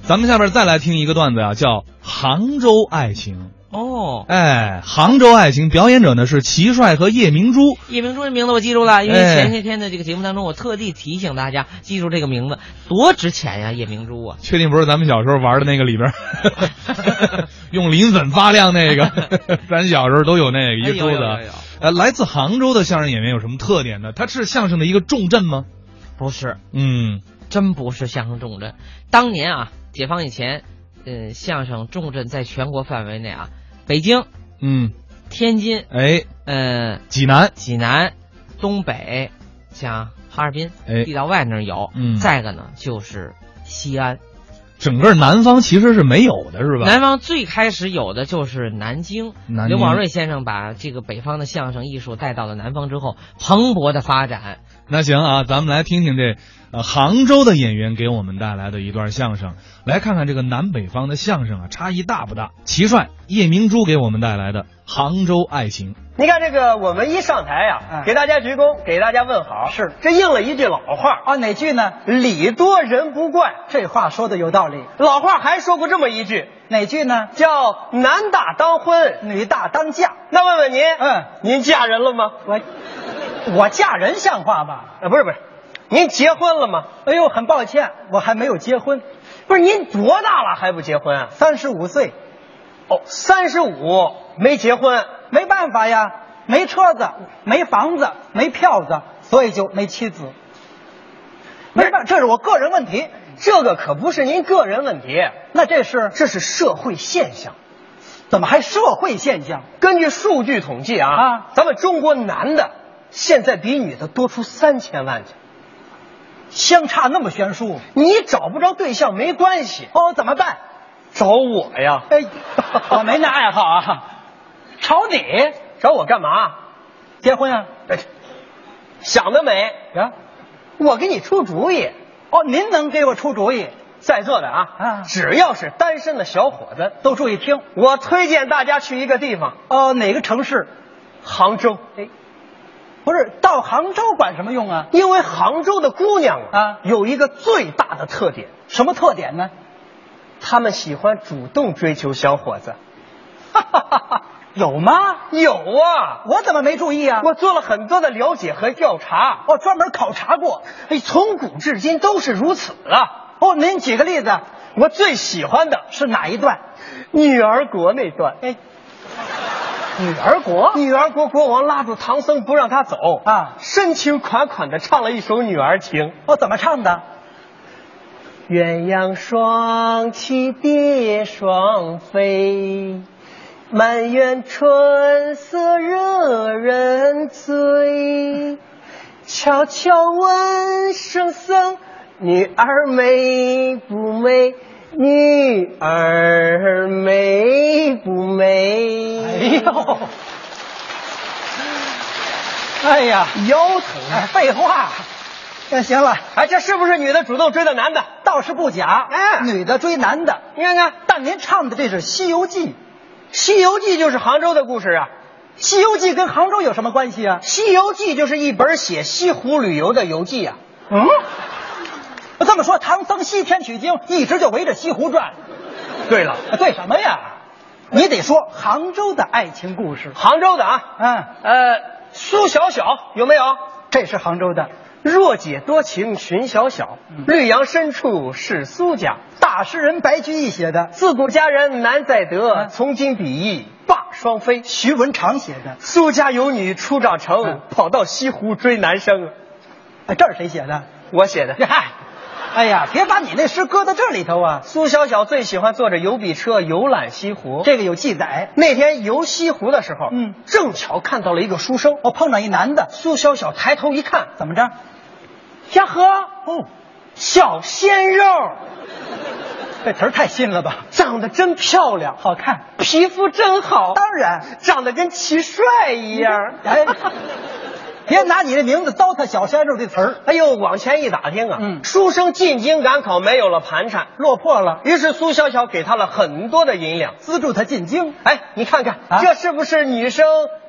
咱们下边再来听一个段子啊，叫《杭州爱情》。哦，哎，《杭州爱情》表演者呢是齐帅和叶明珠。叶明珠的名字我记住了，因为哎前些天的这个节目当中，我特地提醒大家记住这个名字，多值钱呀！叶明珠啊，确定不是咱们小时候玩的那个里边儿， 用磷粉发亮那个，咱小时候都有那个一哎有珠有有子有。呃，来自杭州的相声演员有什么特点呢？他是相声的一个重镇吗？不是，嗯，真不是相声重镇。当年啊，解放以前，嗯，相声重镇在全国范围内啊，北京、嗯，天津，哎，嗯、济南，济南、东北，像哈尔滨、哎地道外那儿有。嗯再一个呢，就是西安。整个南方其实是没有的，是吧？南方最开始有的就是南京，南京刘广瑞先生把这个北方的相声艺术带到了南方之后，蓬勃的发展。那行啊，咱们来听听这呃杭州的演员给我们带来的一段相声，来看看这个南北方的相声啊差异大不大？齐帅、叶明珠给我们带来的《杭州爱情》。你看这个，我们一上台呀、哎给大家鞠躬，给大家问好，是这应了一句老话，啊，哪句呢？礼多人不怪。这话说的有道理。老话还说过这么一句，哪句呢？叫“男大当婚女大当嫁。”。那问问您，嗯您嫁人了吗？我，我嫁人像话吗？啊，不是不是，您结婚了吗？哎呦，很抱歉，我还没有结婚，不是，您多大了还不结婚啊？三十五岁，哦，三十五没结婚，没办法呀，没车子，没房子，没票子，所以就没妻子。没办，这是我个人问题。这个可不是您个人问题，那这是这是社会现象。怎么还社会现象？根据数据统计啊，啊咱们中国男的现在比女的多出三千万去。相差那么悬殊？你找不着对象没关系，哦，怎么办？找我呀！哎，我没那爱好啊，找你，找我干嘛？结婚啊？哎想得美！呀，我给你出主意，哦，您能给我出主意？在座的啊，啊只要是单身的小伙子，都注意听。我推荐大家去一个地方，呃，哪个城市？哎杭州，不是到杭州管什么用啊？因为杭州的姑娘啊有一个最大的特点，什么特点呢？她们喜欢主动追求小伙子。 有吗？有啊，我怎么没注意啊？我做了很多的了解和调查，我专门考察过。哎，从古至今都是如此啊。哦，您举个例子，我最喜欢的是哪一段？女儿国那段，哎，女儿国，女儿国国王拉住唐僧不让他走啊深情款款的唱了一首《女儿情》。哦，怎么唱的？鸳鸯双栖蝶双飞，满园春色惹人醉。悄悄问圣僧，女儿美不美？女儿美不美？哎呦，哎呀，腰疼哎！废话。那行了，哎，这是不是女的主动追的男的？倒是不假。哎女的追男的，你看看，《但您唱的这是《西游记》，《西游记》就是杭州的故事啊。西游记》跟杭州有什么关系啊《西游记》就是一本写西湖旅游的游记啊。嗯，这么说，唐僧西天取经一直就围着西湖转，啊对了，对什么呀？你得说杭州的爱情故事。杭州的啊，嗯，呃，苏小小有没有？这是杭州的。嗯若姐多情寻小小，绿杨深处是苏家。大诗人白居易写的，自古佳人难再得，嗯从今比翼霸双飞。徐文长写的，苏家有女初长成嗯，跑到西湖追男生。啊这是谁写的？我写的。 嗨，哎呀，别把你那诗搁到这里头啊！苏小小最喜欢坐着游笔车游览西湖。这个有记载，那天游西湖的时候，嗯正巧看到了一个书生。我碰到一男的，苏小小抬头一看，怎么着？呀呵，哦，小鲜肉， 这词儿太新了吧？长得真漂亮，好看，皮肤真好，当然长得跟齐帅一样。 哎，别拿你这名字糟蹋“小鲜肉”这词儿，哎呦，往前一打听啊，嗯书生进京赶考，没有了盘缠，落魄了，于是苏小小给他了很多的银两。资助他进京。哎，你看看，啊这是不是女生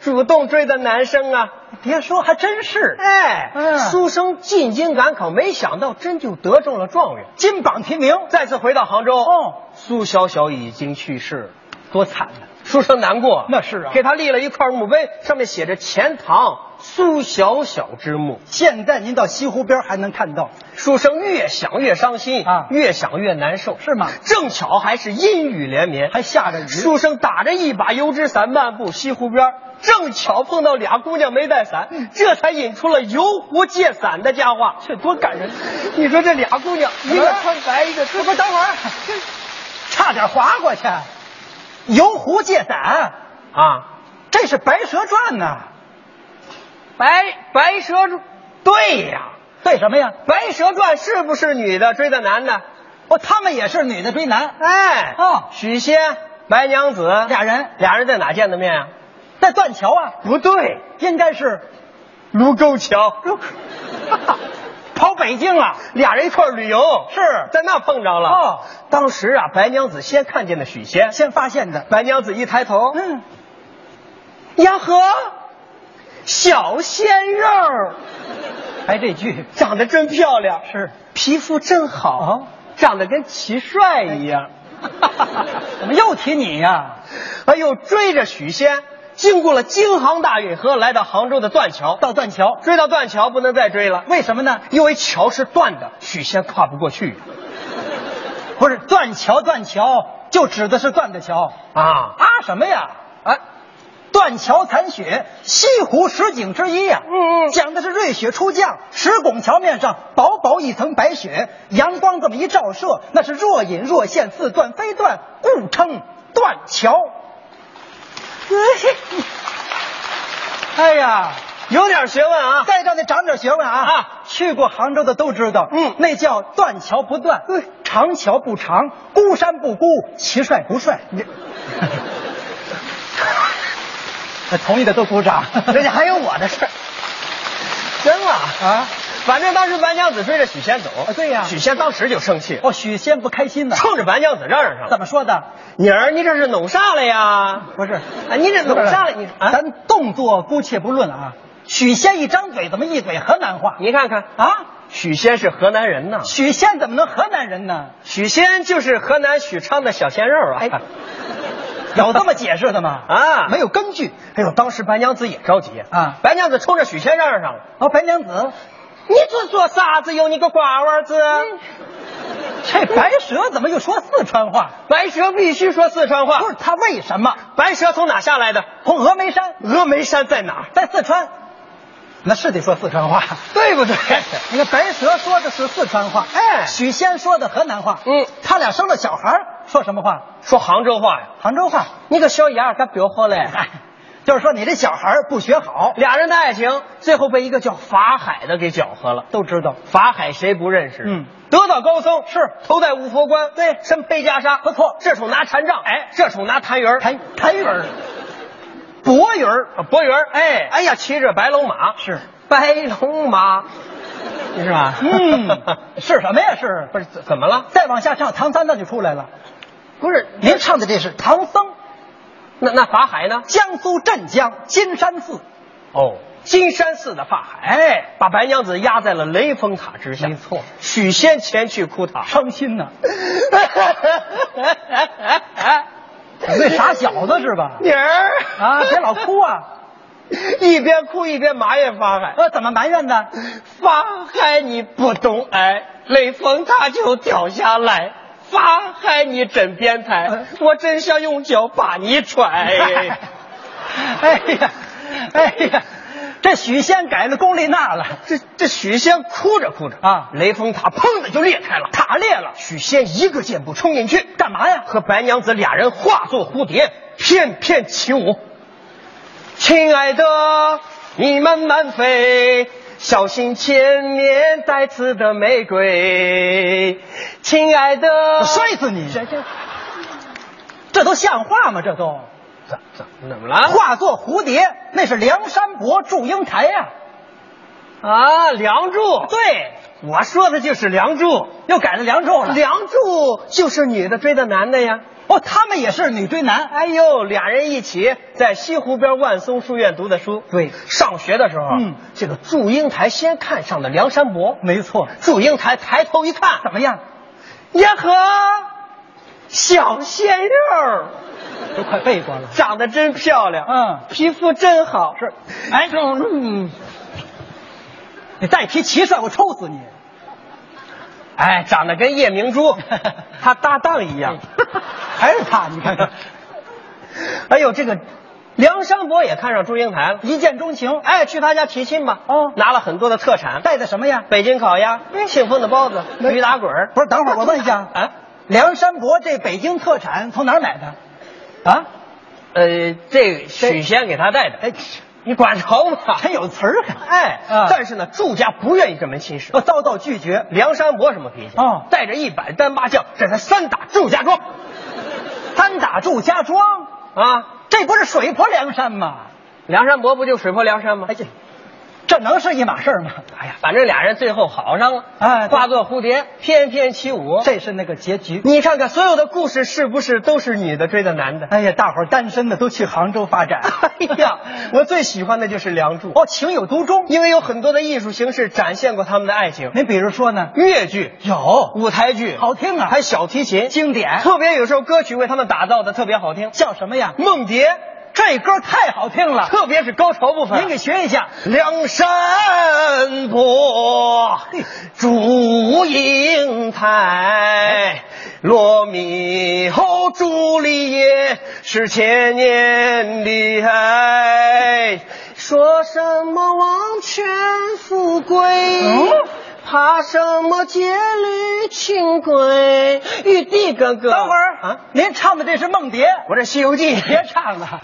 主动追的男生啊？别说，还真是。嗯哎，苏生进京赶考，没想到真就得中了状元，金榜题名，再次回到杭州。哦，苏小小已经去世了，多惨呐、书生难过。那是啊给他立了一块墓碑，上面写着“钱塘苏小小之墓”。现在您到西湖边还能看到，书生越想越伤心啊越想越难受，是吗正巧还是阴雨连绵，还下着雨。书生打着一把油纸伞漫步西湖边儿，正巧碰到俩姑娘没带嗯伞，这才引出了游湖借伞的佳话。这多感人！你说这俩姑娘，一个穿白，一个穿……哎不，等会儿，差点划过去。游湖借伞，啊，这是《白蛇传》呐。白白蛇传，对呀，对什么呀？ 《白蛇传》是不是女的追的男的？哦，他们也是女的追男，哎，哦许仙、白娘子俩人俩人在哪见的面啊？在断桥啊，不对，应该是卢沟 桥。跑北京了。俩人一块儿旅游，是在那碰着了。哦，当时啊，白娘子先看见了许仙，先发现的。白娘子一抬头，嗯，呀呵，小鲜肉儿， 哎，这句长得真漂亮，是皮肤真好，哦长得跟齐帅一样。哎 怎么又提你呀、哎呦，追着许仙，经过了京杭大运河，来到杭州的断桥，到断桥，追到断桥不能再追了，为什么呢？因为桥是断的，许仙跨不过 去不是断桥，断桥就指的是断的桥啊。啊？什么呀？啊，断桥残雪，西湖十景之一呀、嗯嗯讲的是瑞雪初降，石拱桥面上薄薄一层白雪，阳光这么一照射，那是若隐若现，似断非断，故称断桥。 哎呀，有点学问啊。在这得长点学问啊！啊去过杭州的都知道，嗯那叫断桥不断，长桥不长，孤山不孤，奇帅不帅。呃同意的都鼓掌， 人家还有我的事儿，真了啊！反正当时白娘子追着许仙走，啊对呀许仙当时就生气，哦，许仙不开心呢，冲着白娘子嚷嚷上了怎么说的？：“妮儿，你这是弄啥了呀？不是，啊，你这弄啥了？你啊，咱动作姑且不论啊。许仙一张嘴，怎么一嘴河南话你看看，啊？许仙是河南人呐，许仙怎么能河南人呢？许仙就是河南许昌的小鲜肉啊。哎 有这么解释的吗？啊没有根据。哎呦，当时白娘子也着急啊白娘子冲着许仙嚷嚷上了哦，白娘子，：“你这做啥子哟？你个瓜娃子！” 这白蛇怎么又说四川话？白蛇必须说四川不是话。他为什么？白蛇从哪下来的？从峨眉山，峨眉山在哪儿？在四川，那是得说四川话。对 不对？那个白蛇说的是四川话，哎许仙说的河南话，嗯他俩生了小孩儿说什么话？说杭州话呀。杭州话。你个小丫干别活嘞！哎， 就是说你这小孩儿不学好，俩人的爱情最后被一个叫法海的给搅和了。都知道。法海谁不认识？嗯，得道高僧是头戴五佛冠，对身披袈裟，不错这手拿禅杖，哎，这手拿痰盂儿，谭谭云儿，博云儿，啊博云儿，哎，哎呀，骑着白龙马，是白龙马，是吧？嗯，是什么呀？是 不是怎怎么了？再往下唱，唐三藏就出来了。不是，您唱的这是唐僧，那那法海呢？江苏镇江金山寺。哦，金山寺的法海，哎，把白娘子压在了雷峰塔之下。没错，许仙前去哭塔。伤 心呐、你那啊那傻小子是吧？妮儿啊，别老哭啊！ 一边哭一边埋怨法海，呃，怎么埋怨的？法海你不懂爱，雷锋他就掉下来。法海你真变呃态，我真想用脚把你 踹。哎呀，哎呀，这许仙改了龚丽娜了，这这许仙哭着哭着啊雷峰塔砰的就裂开了，塔裂了，许仙一个箭步冲进去，干嘛呀？和白娘子俩人化作蝴蝶，翩翩起舞。亲爱的，你慢慢飞，小心前面带刺的玫瑰。亲爱的，我摔死你！这这，这都像话吗？这都怎怎怎么了？化作蝴蝶，那是梁山伯祝英台呀、啊，《梁祝》。对，我说的就是《梁祝》，又改了梁祝了。梁祝》就是女的追的男的呀。哦，他们也是女追男。哎呦，俩人一起在西湖边万松书院读的书。对上学的时候，啊嗯这个祝英台先看上的梁山伯。没错，祝英台抬头一看，怎么样？呀呵，小鲜肉儿，都快背过了。长得真漂亮，嗯皮肤真好。是，哎，嗯，你再提齐帅，我抽死你！哎，长得跟叶明 珠他搭档一样。还是他，你看看， 哎呦，这个梁山伯也看上祝英台了，一见钟情。哎，去他家提亲吧。哦拿了很多的特产，带的什么呀？嗯北京烤鸭、庆丰的包子、驴打滚儿不是，等会儿我问一下啊 啊，梁山伯这北京特产从哪儿买的？啊，呃，这个许仙给他带的。哎，你管着吗？还有词儿啊哎，啊但是呢，祝家不愿意这门亲事我。遭到拒绝。梁山伯什么脾气？哦带着一百单八将，这才三打祝家 庄单打祝家庄，啊！这不是水泊梁山吗？梁山伯不就水泊梁山吗？哎，这这能是一码事儿吗？哎呀，反正俩人最后好上了，哎化作蝴蝶翩翩起舞。这是那个结局。你看看，所有的故事是不是都是女的追的男的？哎呀，大伙儿单身的都去杭州发展。哎 呀，我最喜欢的就是《梁祝》哦，情有独钟。因为有很多的艺术形式展现过他们的爱情，你比如说呢？越剧、有舞台剧，好听啊，还小提琴，经典特别有首歌曲为他们打造的特别好听，《叫什么呀？梦蝶》，这歌太好听了，特别是高潮部分。您给学一下。梁山伯，祝英台，罗密欧朱丽叶是千年的爱。说什么王权富贵？哦怕什么戒律清规？玉帝哥哥，等会儿啊，您唱的这是《梦蝶》，我这《西游记》别唱了，